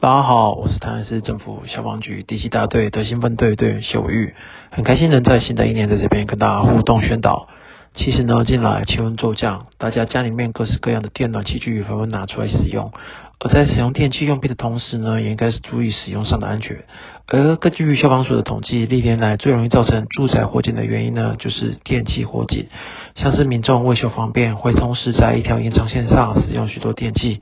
大家好，我是台南市政府消防局第七大队德兴分队队员秀玉，很开心能在新的一年在这边跟大家互动宣导。其实呢，近来气温骤降，大家家里面各式各样的电暖器具纷纷拿出来使用。而在使用电器用品的同时呢，也应该是注意使用上的安全。而根据消防署的统计，历年来最容易造成住宅火警的原因呢，就是电器火警，像是民众为求方便，会同时在一条延长线上使用许多电器。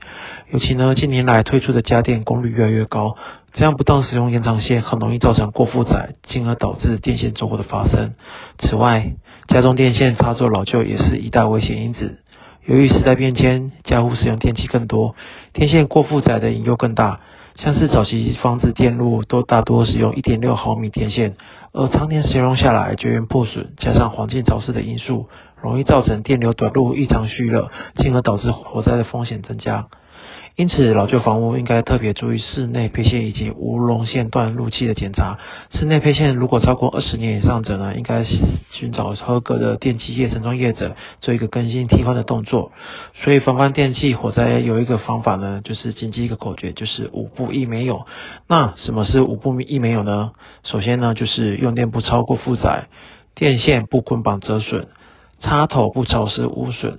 尤其呢，近年来推出的家电功率越来越高，这样不当使用延长线，很容易造成过负载，进而导致电线走火的发生。此外，家中电线插座老旧也是一大危险因子。由于时代变迁，家户使用电器更多，电线过负载的引诱更大。像是早期房子电路都大多使用1.6毫米电线，而常年使用下来绝缘破损，加上环境潮湿的因素，容易造成电流短路异常蓄热，进而导致火灾的风险增加。因此，老旧房屋应该特别注意室内配线以及无龙线段路器的检查。室内配线如果超过二十年以上者呢，应该寻找合格的电器业承装业者做一个更新替换的动作。所以，防范电器火灾有一个方法呢，就是谨记一个口诀，就是五不一没有。那什么是五不一没有呢？首先呢，就是用电不超过负载，电线不捆绑折损，插头不潮湿污损，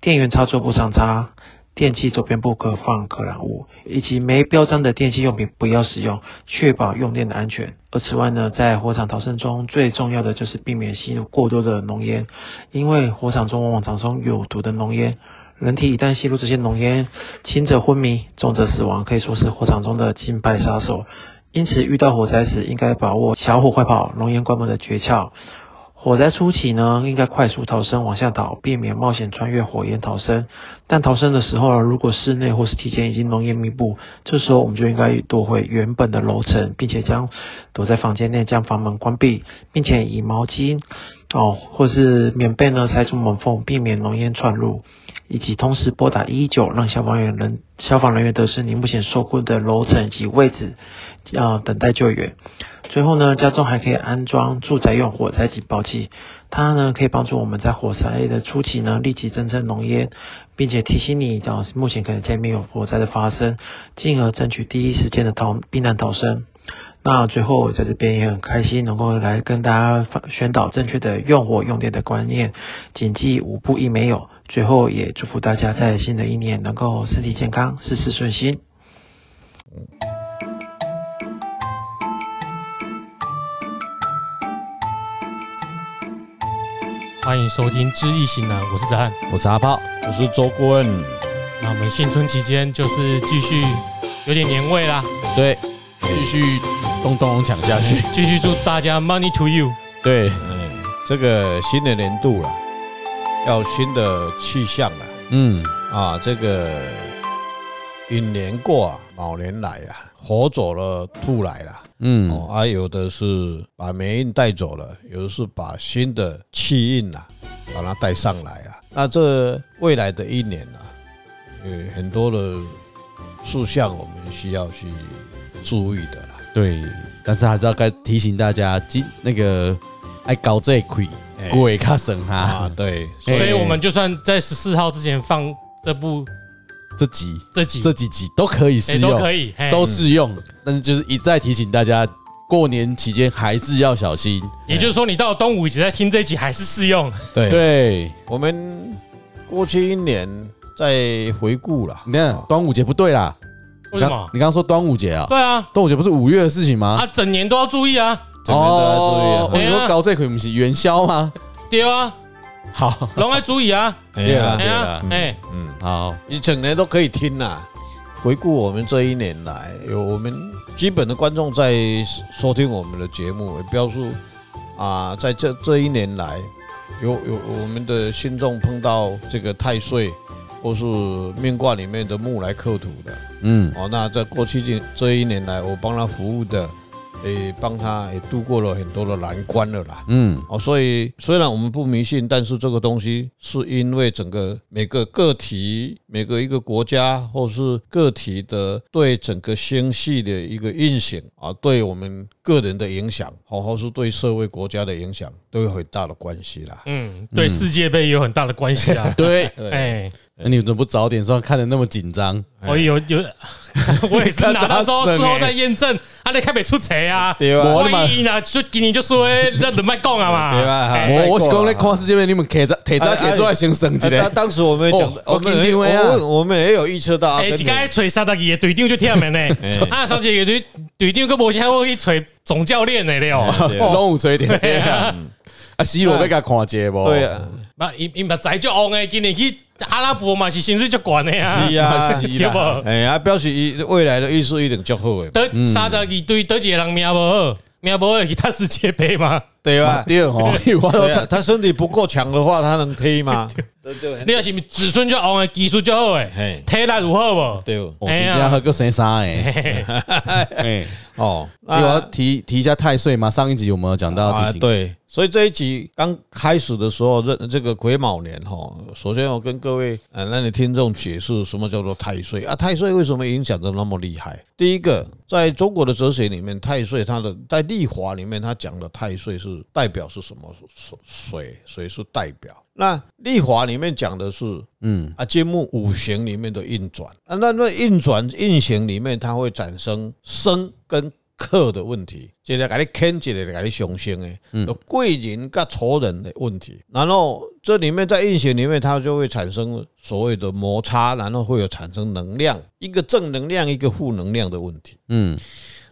电源插座不上插。电器周边不可放可燃物，以及没标章的电器用品不要使用，确保用电的安全。而此外呢，在火场逃生中，最重要的就是避免吸入过多的浓烟，因为火场中往往产生有毒的浓烟。人体一旦吸入这些浓烟，轻者昏迷，重则死亡，可以说是火场中的金牌杀手。因此，遇到火灾时，应该把握小火快跑、浓烟关门的诀窍。火灾初期呢，应该快速逃生，往下逃，避免冒险穿越火焰逃生。但逃生的时候呢，如果室内或是梯间已经浓烟密布，这时候我们就应该躲回原本的楼层，并且将躲在房间内，将房门关闭，并且以毛巾哦或是棉被呢塞住门缝，避免浓烟窜入，以及同时拨打119，让消防员人消防人员得知你目前受困的楼层及位置。要等待救援。最后呢，家中还可以安装住宅用火灾警报器，它呢可以帮助我们在火灾的初期呢立即侦测浓烟，并且提醒你啊目前可能前面有火灾的发生，进而争取第一时间的逃避难逃生。那最后，我在这边也很开心，能够来跟大家宣导正确的用火用电的观念，谨记五不一没有。最后也祝福大家在新的一年能够身体健康，事事顺心。欢迎收听《知易行难》，我是子翰。我是阿炮，我是周棍，那我们新春期间就是继续有点年味啦，对，继续咚咚咚抢下 去。继续祝大家 Money to you。对，哎，这个新的年度了，要新的气象了嗯，啊！这个寅年过啊，卯年来啊，火走了，兔来了。嗯，哦，啊，有的是把霉运带走了，有的是把新的气运啊，把它带上来啊。那这未来的一年啊，有很多的事项我们需要去注意的啦。对，但是还是要该提醒大家，今那个爱搞这一亏，哎鬼卡省啊哈，，对，所所以以我们就算在十四号之前放这部这集这集，这几集都可以哎适都用，可以，嘿都适用，但是就是一再提醒大家，过年期间还是要小心。也就是说，你到端午节在听这一集还是适用。对对，我们过去一年在回顾啦，哦你看端午节不对啦，为什么你刚？你刚刚说端午节啊？对啊，端午节不是五月的事情吗啊，？整年都要注意啊，整个都在注意啊哦我说搞这亏不是元宵吗？对啊，好，拢爱注意啊，哎对啊呀哎，呀，对啦哎，嗯，好，一整年都可以听啦。回顾我们这一年来，有我们基本的观众在收听我们的节目，也标注啊，在这这一年来，有有我们的信众碰到这个太岁或是命卦里面的木来克土的，嗯，哦，那在过去这这一年来，我帮他服务的，也帮他也度过了很多的难关了啦。嗯，哦，所以虽然我们不迷信，但是这个东西是因为整个每个个体、每个一个国家或是个体的对整个星系的一个运行啊，对我们个人的影响，哦，或是对社会国家的影响，都有很大的关系啦。嗯，对世界杯也有很大的关系啊嗯 。对，对，哎，那你怎么不早点说？看的那么紧张，我有哎 有，我也是拿到之后你事看他省欸后再验证，啊，那开北出贼啊，对吧我的妈万一呢就给你就说，哎，那人卖讲啊嘛， 对吧哎哎哦我我是讲过啊在看世界杯，你们铁渣铁渣哎哎铁出来先省一啊当下。当时我们也讲哦，我们我也肯定我的啊们我们也有预测到阿哎，根一廷，该找三十二个队长就忝 的呢，哎啊，三十二个队队长个无啥我去找总教练的 了，对 啊拢有吹点，啊，C 罗要甲看一下无？嗯对，啊，那因因目仔就旺的，今年去阿拉伯嘛是薪水就悬的 啊，是啊，是对啦，不？哎呀，表示伊未来的艺术一定较好诶，得三十二队得几个人命无好，命无好去踢世界杯嘛？ 对吧？对哦，因为我对啊，他身体不够强的话，他能踢吗？你若是子孙就旺的，技术就好诶嘿，体力有好无？ 对哦，哎我今天喝个生三诶，哎，哦，因为我要提提一下太岁嘛，上一集我们有讲到啊，提醒，对，所以这一集刚开始的时候，这这个癸卯年哈，首先我跟各位呃，那你听众解释什么叫做太岁啊？太岁为什么影响的那么厉害？第一个，在中国的哲学里面，太岁它的在历法里面，它讲的太岁是代表是什么？水水水是代表。那历法里面讲的是嗯，啊，金木五行里面的运转啊，那那运转运行里面，它会产生生跟克的问题，一个给你牵，一个给你上升的，有贵人跟仇人的问题。然后这里面在运行里面，它就会产生所谓的摩擦，然后会有产生能量，一个正能量，一个负能量的问题。嗯，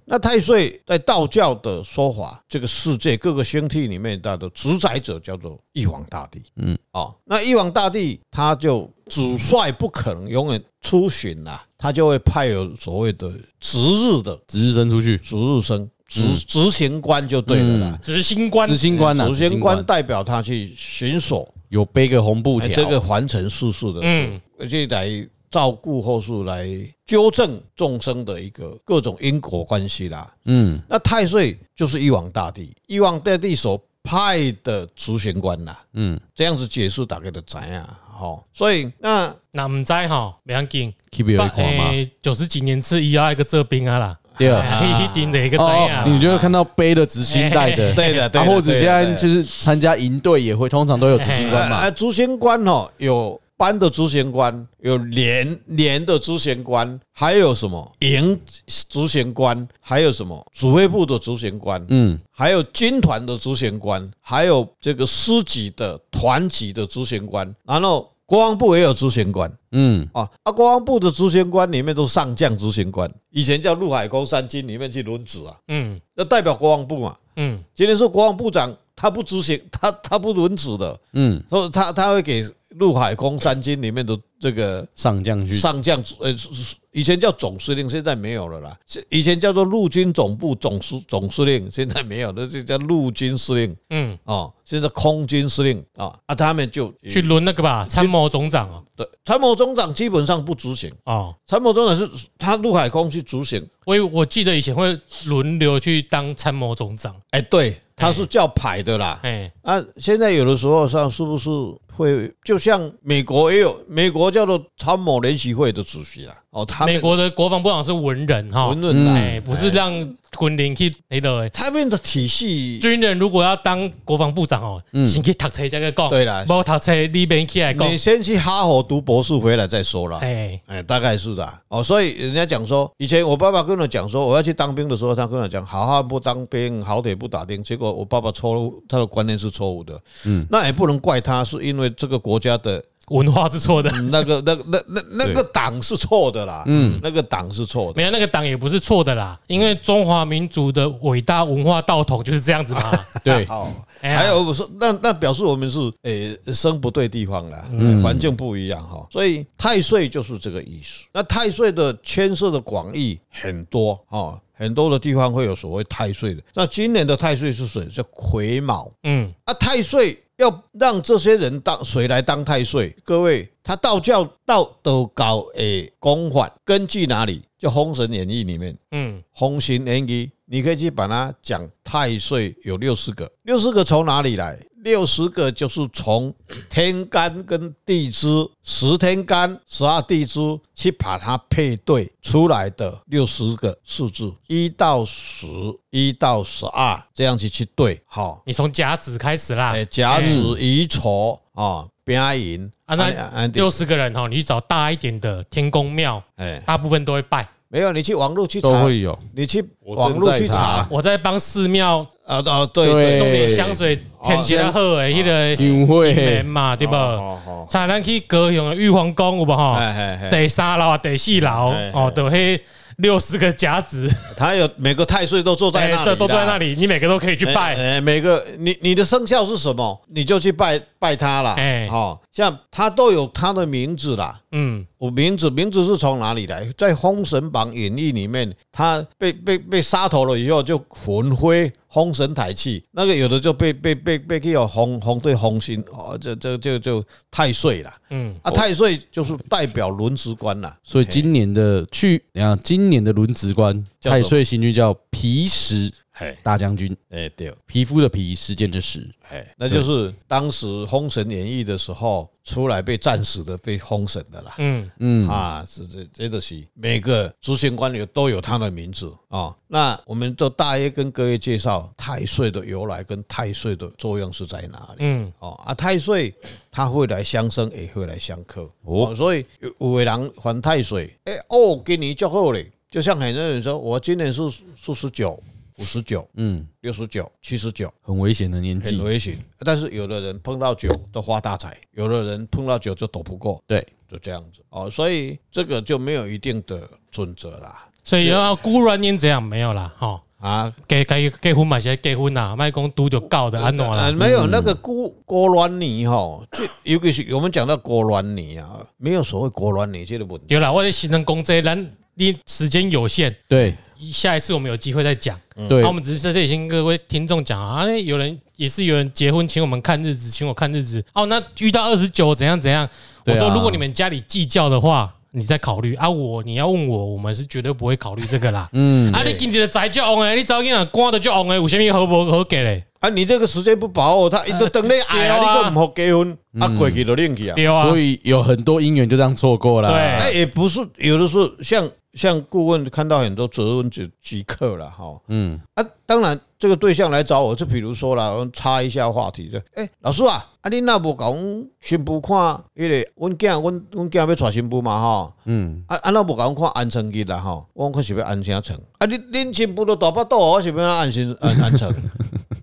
那太岁在道教的说法，这个世界各个星体里面，它的主宰者叫做玉皇大帝。嗯，哦，那玉皇大帝他就主帅不可能永远出巡啦、他就会派有所谓的值日的值日生出去，值日生、执执行官就对了啦。执行官执行嗯官呐，哎执行官执代表他去巡守有背个红布哎条，这个凡尘世事的嗯，而且来照顾后世，来纠正众生的一个各种因果关系啦。嗯，那太岁就是玉皇大帝，玉皇大帝所派的执行官呐、嗯，这样子解释大概就知啊。好、所以 啊那那毋知吼，袂要紧。 keep 有一看嘛，诶九十几年次以后一个这兵啊啦，对啊。哎 一定的一个啊哎怎哦，样？你就会看到背的执行带的，对的，对啊，的，或者现在就是是参加营队也会，通常都有执行官嘛。啊，执行官哦，有班的执行官，有连连的执行官，还有什么营执行官，还有什么指挥部的执行官，嗯，还有军团的执行官，还有这个师级的团级的执行官，然后国防部也有执行官。嗯，啊啊！国防部的执行官里面都上将执行官，以前叫陆海空三军里面去轮值啊，嗯那代表国防部嘛。嗯，今天是国防部长，他不执行，他他不轮值的，嗯，所以他他会给陆海空三军里面的这个上将去，上将，呃，是是以前叫总司令，现在没有了啦。是以前叫做陆军总部总司总司令，现在没有了，就叫陆军司令嗯，哦，现在空军司令啊啊，他们就去轮那个吧，参谋总长哦。对参谋总长基本上不执行。哦，参谋总长是他陆海空去执行，我以我记得以前会轮流去当参谋总长。哎，对，他是叫牌的啦。哎，啊，现在有的时候上是不是会就像美国也有美国叫做参谋联席会的主席啦，哦，他美们国的国防部长是文人哈文，论啦，嗯哎，不是让军人去那个他们的体系军人如果要当国防部长哦，嗯先去读册再去讲。对啦无读册你免起来讲你。先去哈佛读博士回来再说啦。哎，哎，大概是的啊哦，所以人家讲说，以前我爸爸跟我讲说，我要去当兵的时候，他跟我讲，好汉不当兵，好铁不打钉。结果我爸爸错误，他的观念是错误的。嗯，那也不能怪他，是因为这个国家的文化是错的， 那个、那、那、那、那个党是错的啦。嗯，那个党是错的。没有那个党也不是错的啦，因为中华民族的伟大文化道统就是这样 子嘛。对，哦，哎呀还有我说，那那表示我们是诶、生不对地方啦，哎环境不一样哈，所以太岁就是这个意思。那太岁的牵涉的广义很多哦，很多的地方会有所谓太岁的。那今年的太岁是谁？叫癸卯嗯，啊，太岁要让这些人当谁来当太岁？各位，他道教道道教诶公法根据哪里？就《封神演义》里面。嗯，红心 N 一，你可以去把它讲太岁有六十个，六十个从哪里来？六十个就是从天干跟地支十天干十二地支去把它配对出来的六十个数字，一到十，一到十二，这样子去对，好，哎你从甲子开始啦。嗯哎，甲子乙丑啊，拼赢啊那安六十个人哈，你去找大一点的天宫庙，哎，大部分都会拜。没有，你去网络去都查，会有。你去我网络去正在查查我在帮寺庙啊啊，对对对，弄点香水，添几个好诶，迄个因门为嘛，对不？哦哦，像咱去高雄的玉皇宫有无吼？哎哎哎，第三楼啊，第四楼哎哎哦，都迄六十个甲子，他有每个太岁都坐在那里对啦，哎都坐在那里，你每个都可以去哎拜。哎，每个你你的生肖是什么，你就去拜拜他啦。哎哦，像他都有他的名字啦。嗯，我名字名字是从哪里来？在《封神榜演义》里面，他被被被杀头了以后，就魂灰封神台气，那个有的就被被被被给有封封对封心哦，这这这就太岁了。嗯，啊，太岁就是代表轮值官啦。所以今年的去啊，今年的轮值官哎叫什么太岁星君叫皮实嘿，大将军，哎对，皮肤的皮，时间的时。哎，那就是当时《封神演义》的时候出来被战死的、被封神的啦。嗯，嗯，啊，是这这个是每个执行官有都有他的名字啊、哦。那我们就大约跟各位介绍太岁的由来跟太岁的作用是在哪里。嗯，哦啊，太岁他会来相生，也会来相克哦所以有有的人犯太岁，哎、哦，今年就好嘞。就像很多人说，我今年是四十九、五十九、嗯，六十九、七十九，很危险的年纪很。危险。但是有的人碰到九都发大财，有的人碰到九就躲不过，对，就这样子哦，所以这个就没有一定的准则啦所以要孤鸾念这样没有啦，吼，啊。结结结婚嘛是要结婚啦，卖讲拄着搞的安怎呃啊啦？没有那个锅锅乱泥哈，就尤其是我们讲到锅乱泥啊，没有所谓锅乱泥这个问题。有啦，我在行人公这咱你时间有限，对，下一次我们有机会再讲。嗯啊对那、我，们只是在这里先跟各位听众讲啊，那有人也是有人结婚，请我们看日子，请我看日子。哦，那遇到二十九怎样怎样？我对啊说，如果你们家里计较的话，你再考虑啊。我你要问我，我们是绝对不会考虑这个啦。嗯，啊，你今天的宅就红诶，你早点啊，关的就红诶，有啥物好不好给嘞？啊，你这个时间不把握，他一直等你哎对啊呀，你都唔好结婚，啊，过去就另去啊。对啊，所以有很多姻缘就这样错过了。对那也不是有的时候像像顾问看到很多责任者即刻了哈，嗯，啊，当然这个对象来找我，就比如说啦，我们插一下话题，就哎、老师啊，啊，你那无讲新妇看迄、个，阮囝，阮阮囝要娶新妇嘛吼，嗯，啊，啊那无讲看安床日啦吼，我讲是要安啥床？啊，你恁新妇都大巴肚，我是要哪安心安安床？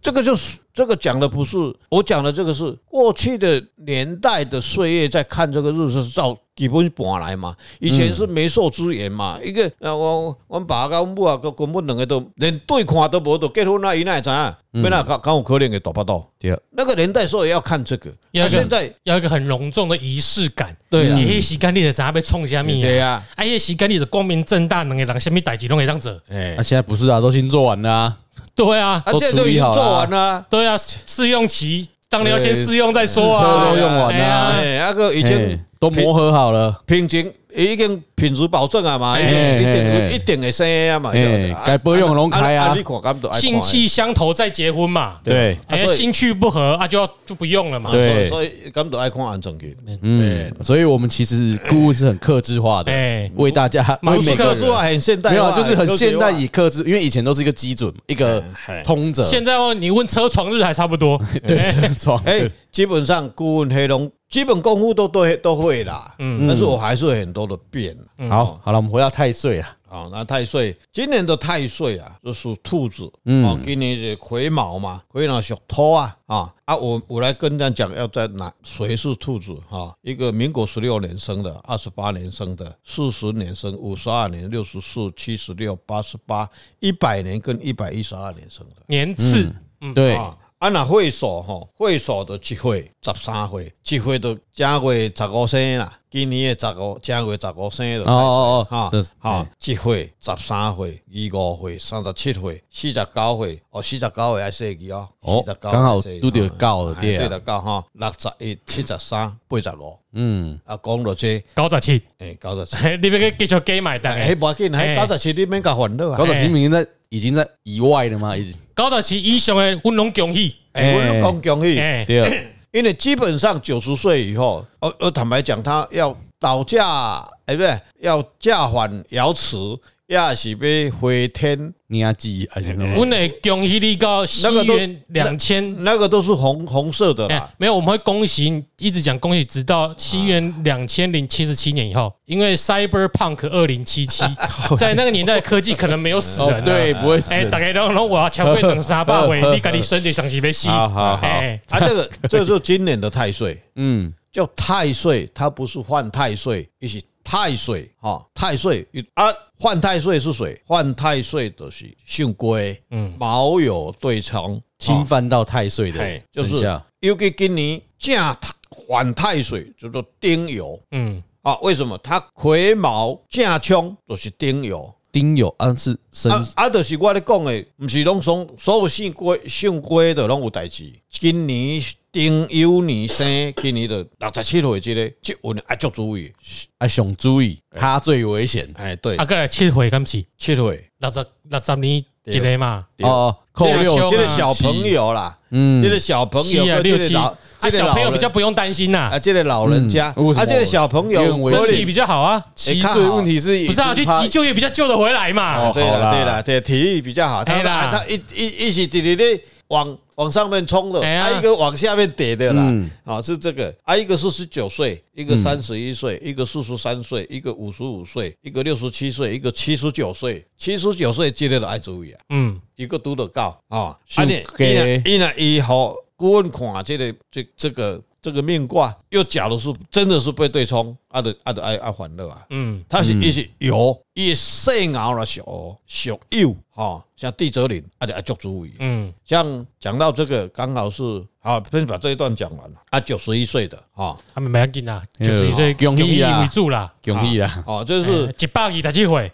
这个就是这个讲的不是我讲的，这个是过去的年代的岁月在看这个日是照基本搬来嘛。以前是媒妁之言嘛，一个呃我我爸甲阮母啊，根本两个都连对看都无，都结婚啦，伊哪会知影？要哪敢敢有可能会大巴肚？对，啊那个年代所以要看这个，要那看现在要一个很隆重的仪式感。对啦你迄时间你就知影要创啥物对啊？呀，啊，迄时间你就光明正大，两个人啥物代志拢会当做。哎那，现在不是啊，都先做完了啊。对啊，啊，都这都处已理经好了做完了。对啊，试用期当然要先试用再说对啊都。用完哎呀了，哎，那个已已经都磨合好了，品质已经品质保证啊嘛，一定哎一定哎有一定会生的啊嘛，哎对不对啊该保养的拢开啊啊你看，敢就爱看性气相投再结婚嘛，对啊哎，所以兴趣不合啊，就要就不用了嘛。对所以所以敢就爱看安全剧，嗯，所以我们其实顾问是很克制化的，哎，为大家马为斯每克个可人是啊，很现代化，没有啊，就是很现代科学以克制，因为以前都是一个基准，一个哎通则，现在哦你问车床日还差不多，对床化。哎， 基本上顾问黑龙基本功夫都对都会啦，嗯，但是我还是有很多的变 好，好了，我们回到太岁啊，啊。那太岁今年的太岁啊，就属兔子，嗯哦，今年是癸卯嘛，癸卯属兔啊，啊啊，我我来跟大家讲，要在哪谁是兔子啊？一个民国十六年生的，二十八年生的，四十年生，五十二年，六十四，七十六，八十八，一百年跟一百一十二年生的。年次，嗯，对，啊，啊那会所吼，会所的一岁十三岁，一岁都正月十五生啦，今年的十五正月十五生的。哦哦哈哦，哈好，，一岁、十三岁、二五岁、三十七岁、四十九岁，哦，四十九岁还细记哦，哦四十九岁刚好细记拄到九了哎对啊对着到哈，六十一、七十三、八十五，嗯，啊，讲到这，高十七，诶，九十七， 你别个继续给买单。哎，那哎无要紧，哎迄九十七你免甲烦恼啊高，岛清明在已经在以外了吗？已经高十七以上的阮拢恭喜，哎，我拢讲恭喜，哎，对啊了，因为基本上九十岁以后，哦，我坦白讲，他要倒驾，哎，不对，要驾返瑶池，也是被回天，你要记还是什么？我们会恭喜你到西那个都元两千那个都是红红色的哎啦。没有，我们会恭喜你，一直讲恭喜，直到西元两千零七十七年以后，因为 Cyberpunk 二零七 七，在那个年代的科技可能没有死哦人，，对，不会死 哎，人。大概都拢我要抢会等三百位，你家己身体上是被吸，好好好，哎，啊，这个这个就是今年的太岁，嗯，叫太岁，它不是犯太岁，也是太岁哈、哦，太岁啊，犯太岁是谁？犯太岁就是姓龟，嗯嗯，卯酉对冲，侵哦犯到太岁的嘿，哎就就是是尤其今年正太反太岁叫做丁酉嗯，啊，为什么？它癸卯正冲就是丁酉。丁酉啊，是生啊啊，就是我咧讲的，毋是拢所所有姓郭姓郭的拢有代志。今年丁酉年生，今年的六十七岁即个，即运啊足注意。啊，熊注意，他最危险。哎，对啊，，过来七回敢是七岁六十六十年一个嘛，对哦哦，扣六这这个啊小朋，友啦，嗯这个小朋友七啊跟这六个七，老啊，这个小朋友老人比较不用担心啊，呐，这个老人家，嗯为什么啊，这个小朋有点友危身所体以比较好啊，七哎看岁好问题是不是啊，去急救也比较救得回来嘛哦，对好啦啦对啦，对体育比较好，他哎啦他一一一起直直咧往往上面冲的，哎呀他一个往下面跌的啦嗯，啊是这个，啊一个四十九岁，一个三十一岁，一个四十三岁，一个五十五岁，一个六十七岁，一个七十九岁，七十九岁这个都爱注意啊，嗯，一个拄得到啊，啊想你给伊若伊若伊好顾问看这个这这个这个命卦，又假如是真的是被对冲，啊得啊得爱爱烦恼啊，嗯，他是伊是有，伊姓敖了属属酉哈，像地泽林，啊就要足注意。嗯，像讲到这个，刚好是好，先把这一段讲完了。哦啊，九十一岁的哈，他们没要紧啦，哎就是一岁恭喜啊为主啦，容易啦。哦，就就是是哎一百二十七回，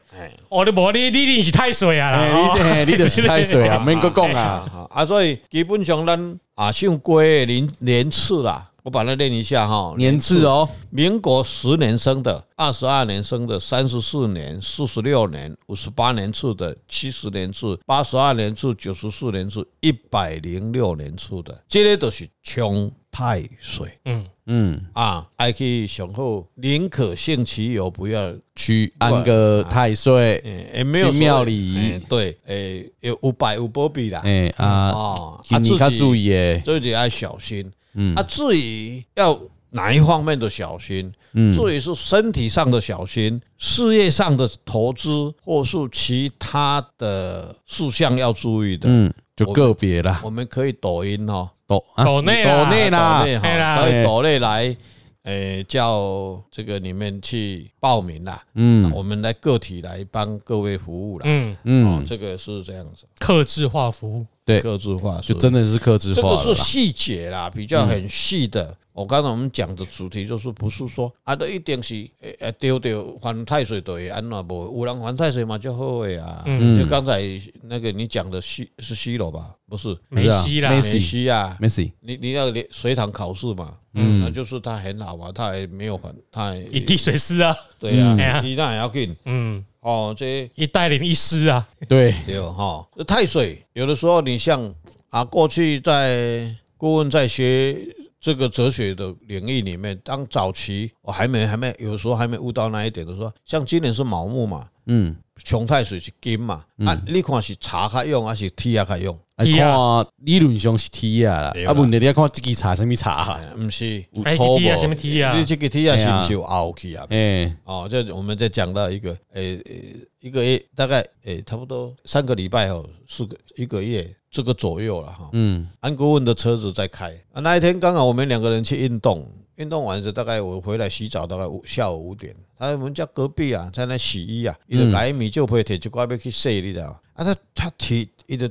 我的无你，你一定是太水啊啦哎，哦你哎你就是太岁 啊，免个讲啊，啊啊，所以基本上咱啊姓郭的年年次啦，我把它念一下哈， 年次哦，民国十年生的、二十二年生的、三十四年、四十六年、五十八年次的、七十年次、八十二年次、九十四年次、一百零六年次的，这些都是冲太岁嗯，嗯，啊！爱去上好，宁可信其有，不要去安个太岁，诶、欸，没有去庙里诶对，诶、有有百有保庇啦，哎啊，哦，请你较注意，意诶，自己要小心。嗯啊，至于要哪一方面的小心，嗯，至于是身体上的小心、事业上的投资，或是其他的事项要注意的，嗯，就个别啦，我们可以抖音哦，抖抖内啊啦抖内啦抖，内嘿啦哈，可以抖内来，诶，叫这个里面去报名啦。嗯我们来个体来帮各位服务啦。嗯，哦嗯，，这个是这样子，克制化服务，对个制化就的。真的是克制这化个了是啦，细节啦，比较很细的。我刚才我们讲的主题就是不是说啊，都一定是呃呃丢丢反太岁就会安那无，有人反太岁嘛就好的啊。嗯就刚才那个你讲的西是西楼吧？不是不梅是啊西啦梅，梅西啊，没事，你你要连随堂考试嘛，嗯，那就是他很好嘛，他也没有反，他也一滴水师啊，对啊嗯哎呀，你那也要紧嗯，哦，这一带领一师啊，对，对哈，这太岁有的时候你像啊，过去在顾问在学这个哲学的领域里面，当早期我还没还没有时候还没悟到那一点的时候，像今年是卯木嘛，嗯，穷太岁是金嘛，啊，你看是茶较用还是铁啊较用？啊铁看理论上是 T 啊啦对，啊啦问题你要看自己查什么查哎啦，呀不是，有哎，错踢啊，什么无？踢啊你，这个铁啊哎是呀不是有凹去啊？哎，哦，这我们再讲到一个，诶、诶一个月大概诶、差不多三个礼拜哦，四个一个月这个左右了哈。嗯，安顾问的车子在开啊。那一天刚好我们两个人去运动，运动完是大概我回来洗澡，大概五下午五点。他我们家隔壁啊，在那洗衣啊，伊就来米酒杯摕一块要去洗，你知道吗？啊，他他提，伊就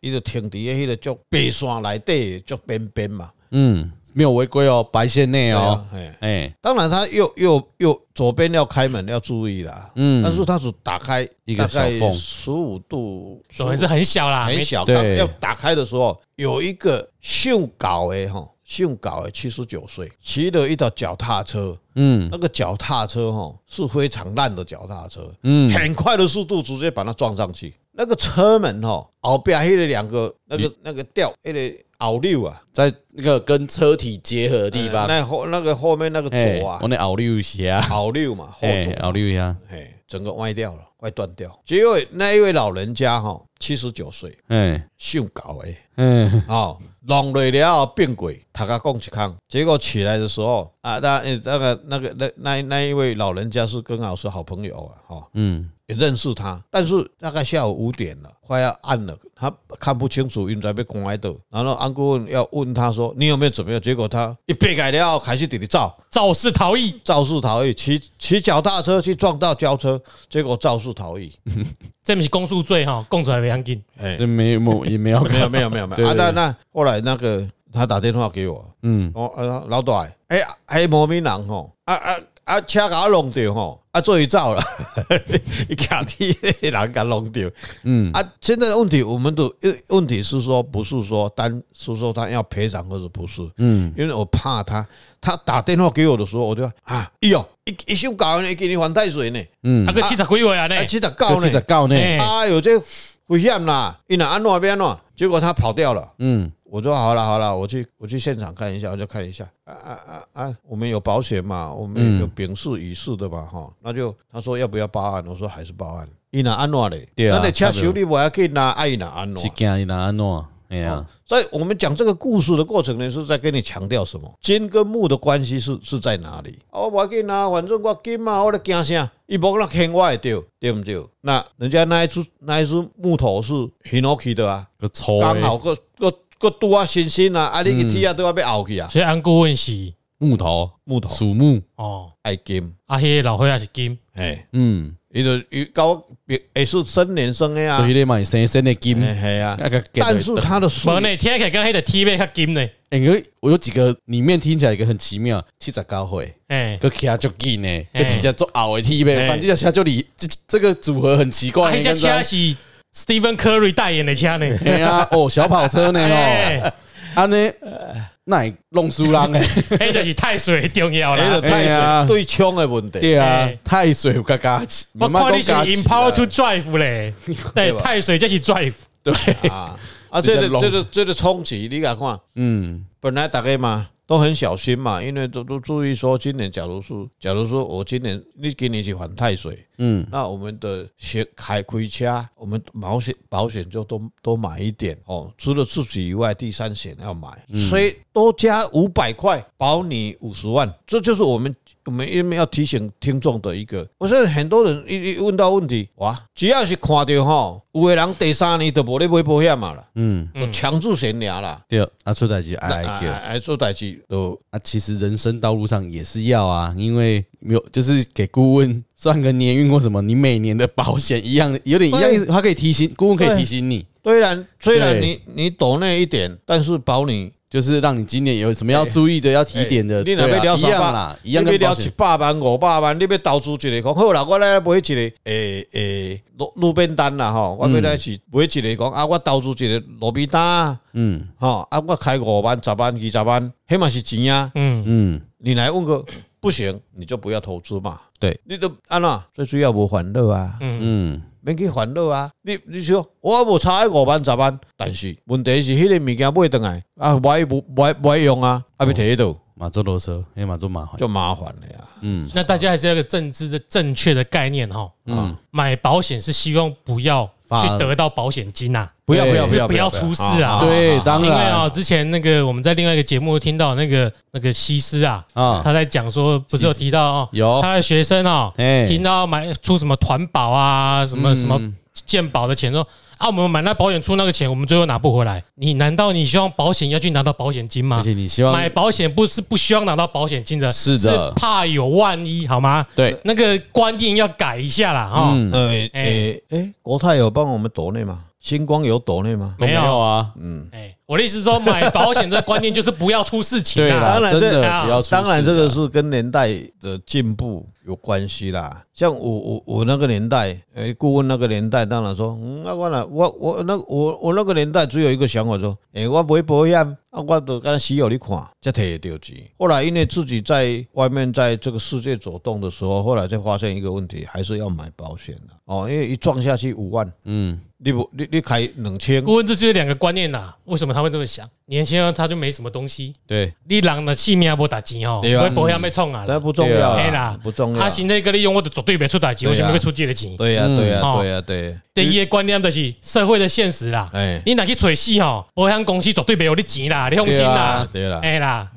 伊就停伫诶迄个足白线内底足边边嘛。嗯，没有违规哦，白线内哦，对啊，嘿哎，当然他右右右左边要开门要注意啦。嗯但是他只打开一个大小概缝十五度，总而言之很小啦，很没小，啊对刚要打开的时候，有一个姓搞的哈，姓搞的七十九岁，骑了一条脚踏车，嗯那个脚踏车哈是非常烂的脚踏车，嗯，很快的速度直接把它撞上去。那个车门哈，后边还有两个那个那个吊，那个后六啊，在那个跟车体结合的地方，那后那个后面那个哎左啊我，那后六下，后六嘛，后哎，左，啊后六下，哎，整个歪掉了。快断掉。结果那一位老人家哈，七十九岁，哎姓高诶，哎哦，弄累了后变鬼，他甲讲一空，结果起来的时候啊，那诶那个那个那那那一位老人家是跟老师好朋友啊，哈、哦，嗯也认识他，但是大概下午五点了，快要暗了，他看不清楚，因在被关在倒，然后安顾问要问他说你有没有怎么样，结果他一被改了后开始在里照，肇事逃逸，肇事逃逸，骑骑脚踏车去撞到轿车，结果肇事逃逸，这不是公诉罪哈，供出来不要紧。哎、这没 有也没有没有没有没有没对有啊！对那那后来那个他打电话给我，嗯哦，啊老大，哎、欸，黑毛面人吼，啊啊啊，车给我弄掉吼，啊，做一走了， 你看你人给弄掉嗯啊！现在的问题，我们的问题是说，不是说单是说他要赔偿或者不是，嗯因为我怕他，他打电话给我的时候，我就啊，哎呦，一一修搞呢，给你还贷水呢，嗯啊，，个七十几位啊呢啊，，七十九这是在呢，告呢，哎哎呦，这危险啦，一哪安哪边哪，结果他跑掉了。嗯我说好了好了，我去我去现场看一下，我就看一下啊啊啊啊！我们有保险嘛，我们嗯有丙式乙式的嘛，哈，那就他说要不要报案？我说还是报案。伊若安怎嘞？对啊咱的车修理不要紧呐，爱哪安怎啊哦是？惊伊哪安怎？哎呀，所以我们讲这个故事的过程呢，是在跟你强调什么？金跟木的关系是是在哪里？哦，我紧啊，反正我金嘛，我咧惊啥？伊无那牵我会着，对不对？那人家那一株那一株木头是 Hinoki 的啊，个粗刚的好个个个拄啊新鲜啊，啊你嗯一踢啊都要被拗去啊。所以安顾问是木头木头属木，哦，爱金，啊，迄个老伙仔是金，哎，嗯，伊就伊搞也是生年生的啊，所以你嘛是生生的金，哎嘿啊，那个结但是他的嗯树无呢，听起来跟迄个 T V 较金呢，哎，个我有几个里面听起来一个很奇妙，七十九岁，哎，个骑足紧呢，嘿个几只足后的踢呗，嘿反正这车就里这这个组合很奇啊，怪，迄只车是 Stephen Curry 代言的车 呢，哎呀，哦，小跑车呢哦，哎，安尼那会弄输人诶，迄就是太水重要迄个啦。哎呀太水对枪的问题，对啊嘿，太水有加加起，我慢慢看你是讲加啊起 Empower 啦 to Drive 嘞，对，太水这是 Drive，对，啊啊，直接这个弄这个这个冲击，你敢看？嗯本来大家嘛都很小心嘛，因为都都注意说，今年假如说，假如说我今年你今年去还太水，嗯，那我们的险开亏车，我们保险保险就多多买一点哦，除了自己以外，第三险要买，嗯所以多加五百块，保你五十万，这就是我们。我们因为要提醒听众的一个，我说很多人一一问到问题，哇，只要是看到吼，有的人第三年都无咧买保险嘛啦，嗯，有强制险俩啦，对，啊，出代志爱哎叫。哎做代志都啊，其实人生道路上也是要啊，因为没有就是给顾问算个年运或什么，你每年的保险一样，有点一样意思，他可以提醒顾问可以提醒你，虽然虽对然你你懂那一点，但是保你就是让你今年有什么要注意的、要提点的，哎你对若要啊，聊一三样百啦，一你要样跟保了险一百万、五百万，你要投资一个，讲好啦，我来买一个，诶诶，路路边摊啦吼，我要来是买一个，讲啊，我投资一个路边摊，嗯吼，啊，我开五万、十万、二十万，迄嘛是钱啊，嗯，嗯，你来问个不行，你就不要投资嘛。对，你都安那最主要无烦恼啊，嗯，免去烦恼啊。你你说我无差迄五万十万，但是问题是迄个物件买倒来啊，买不买买用啊，啊要摕迄哦度马做啰嗦，哎，马做麻烦，就麻烦了呀。嗯那大家还是要有个正知的正确的概念哈。嗯，买保险是希望不要去发得到保险金呐、不要对不要是不要不要出事啊对，啊当因为啊、然之前那个我们在另外一个节目听到那个那个西施啊，啊，他在讲说，不是有提到哦，有他的学生哦，哎听到买出什么团保啊，什嗯么什么健保的钱说啊，我们买那保险出那个钱，我们最后拿不回来。你难道你希望保险要去拿到保险金而吗且？你希望买保险不是不希望拿到保险金的，是的是怕有万一，好吗？对，那个观念要改一下啦，哈、嗯，呃诶哎诶，诶国泰有帮我们抖内吗？星光有抖内吗？都没没有有啊，哎、我的意思是说，买保险的观念就是不要出事情对啊。啦，当然真这的不要出事啊，当然，这个是跟年代的进步有关系啦。像我我我那个年代，诶，顾问那个年代，当然说，嗯，那我那我我那我我那个年代只有一个想法说，诶，我买保险啊，我都跟死有你看，才摕得到钱。后来因为自己在外面在这个世界走动的时候，后来才发现一个问题，还是要买保险的哦，因为一撞下去五万，嗯，你不你你开两千，顾问这就是两个观念呐、为什么他会这么想？年轻人他就没什么东西。对，你人的性命无打钱哦，对啊我保险没创啊，但不重要啊对啦啦，不重要他。现在跟你用我的绝对没出代志，对啊为什么会出这个钱？对呀，嗯对呀，哦对呀，对。啊第一个观念就是社会的现实啦。哎，你若去找死吼，保险公司绝对没有你钱啦，你放心啦。对啊啊了，哎啦，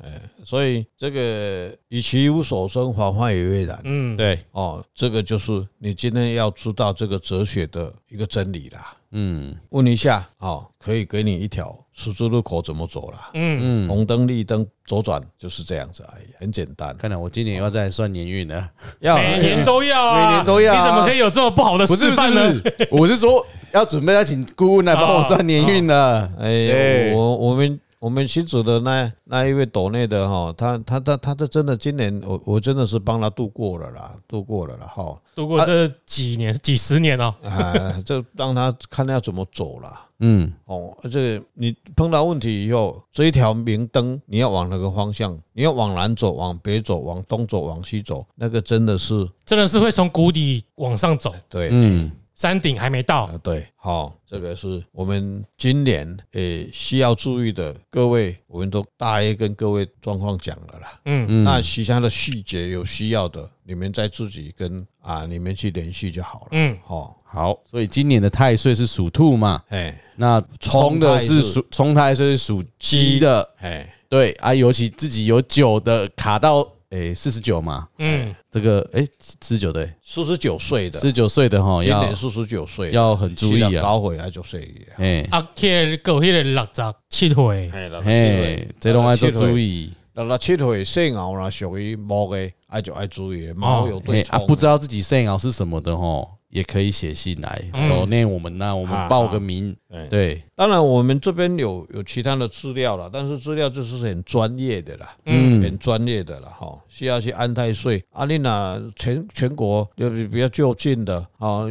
所以这个与其无所生，反患于未然。嗯，对，哦，这个就是你今天要知道这个哲学的一个真理啦。嗯问一下，哦，可以给你一条十字路口怎么走啦？嗯，嗯，红灯、绿灯、左转就是这样子而已，很简单。看来我今年要再来算年运了，要哎每年都要啊， 每年都要啊你怎么可以有这么不好的不是示不是范呢？不是，我是说要准备要请顾问来帮我算年运啊了。哎，对我我们我们新组的那那一位岛内的哈，他他他他这真的今年我我真的是帮他度过了啦，度过了啦哈，度过这几年、几十年哦，啊，就让他看要怎么走啦。嗯，哦，这个你碰到问题以后，这一条明灯你要往哪个方向？你要往南走，往北走，往东走，往西走，那个真的是真的是会从谷底往上走，对，嗯，山顶还没到。啊，对，好、这个是我们今年诶需要注意的，各位，我们都大约跟各位状况讲了啦。嗯，嗯那其他的细节有需要的，你们再自己跟啊你们去联系就好了。嗯，好、好，所以今年的太岁是属兔嘛，哎那冲的冲太是岁属冲太岁是属鸡的，哎，对啊，尤其自己有九的卡到诶四十九嘛，嗯，这个诶四十九对，四十九岁啊的四，十九岁的哈今要年四十九岁的，要很注是意要啊，搞回来就岁月。哎啊，去到迄个六十七岁，哎，六十七哎岁，这拢要做注意，六十七岁细牛啦，属于木的，爱就爱注意，毛有哎对啊冲。不知道自己肾爻是什么的哈，也可以写信来嗯都念我们那我们报个名哎，对，当然我们这边有有其他的资料了，但是资料就是很专业的啦。嗯很专业的了哈，需要去安太岁。啊，你那全全国就比比较就近的啊，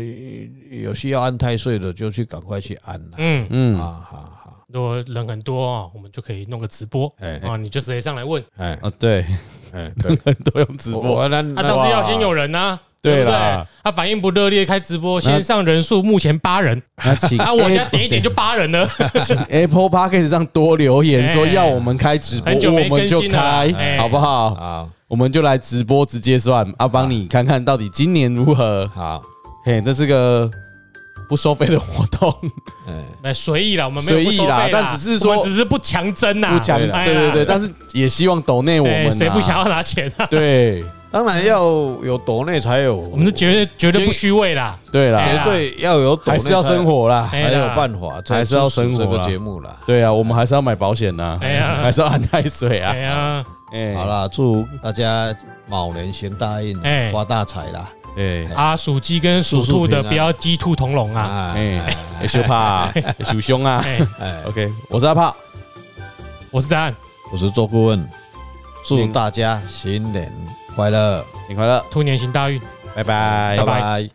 有需要安太岁的就去赶快去安了。嗯，嗯，啊哈哈，如果人很多啊，我们就可以弄个直播哎啊，你就直接上来问哎啊对， 哎，对，都用直播，我那啊，那但是要先有人呐，对不对啦？啊，反应不热烈，开直播，线上人数目前八人，那请啊，我家点一点就八人了， Apple Podcast 上多留言说要我们开直播，哎很久没我更们就新了啦开，哎好不好？啊我们就来直播直接算，啊，帮你看看到底今年如何。好，嘿，这是个不收费的活动，哎哎，随意啦，我们没有不收费随意啦但只是我说们只是不强征呐，不强，对哎对对，啦但是也希望抖内我哎们啊，谁不想要拿钱啊？对当然要有斗内才有，我我们是绝对绝对不虚伪啦，对哎啦，绝啦对要有斗内还是要生，活啦，哎才有啦办法，才还是要生活支持这啦个节目啦。对啊，我们还是要买保险呐，哎呀还是要安太水啊哎，呀，哎，好，啦，祝大家卯年行大运哎，发大财啦！哎啊，属鸡跟属兔的不要鸡兔同笼啊，啊，哎，哎修怕啊，修凶啊哎，哎， ，OK，我是阿炮，我是赞，我是周顾问，祝嗯大家新年快乐，新年快乐，兔年行大运。拜拜拜。拜。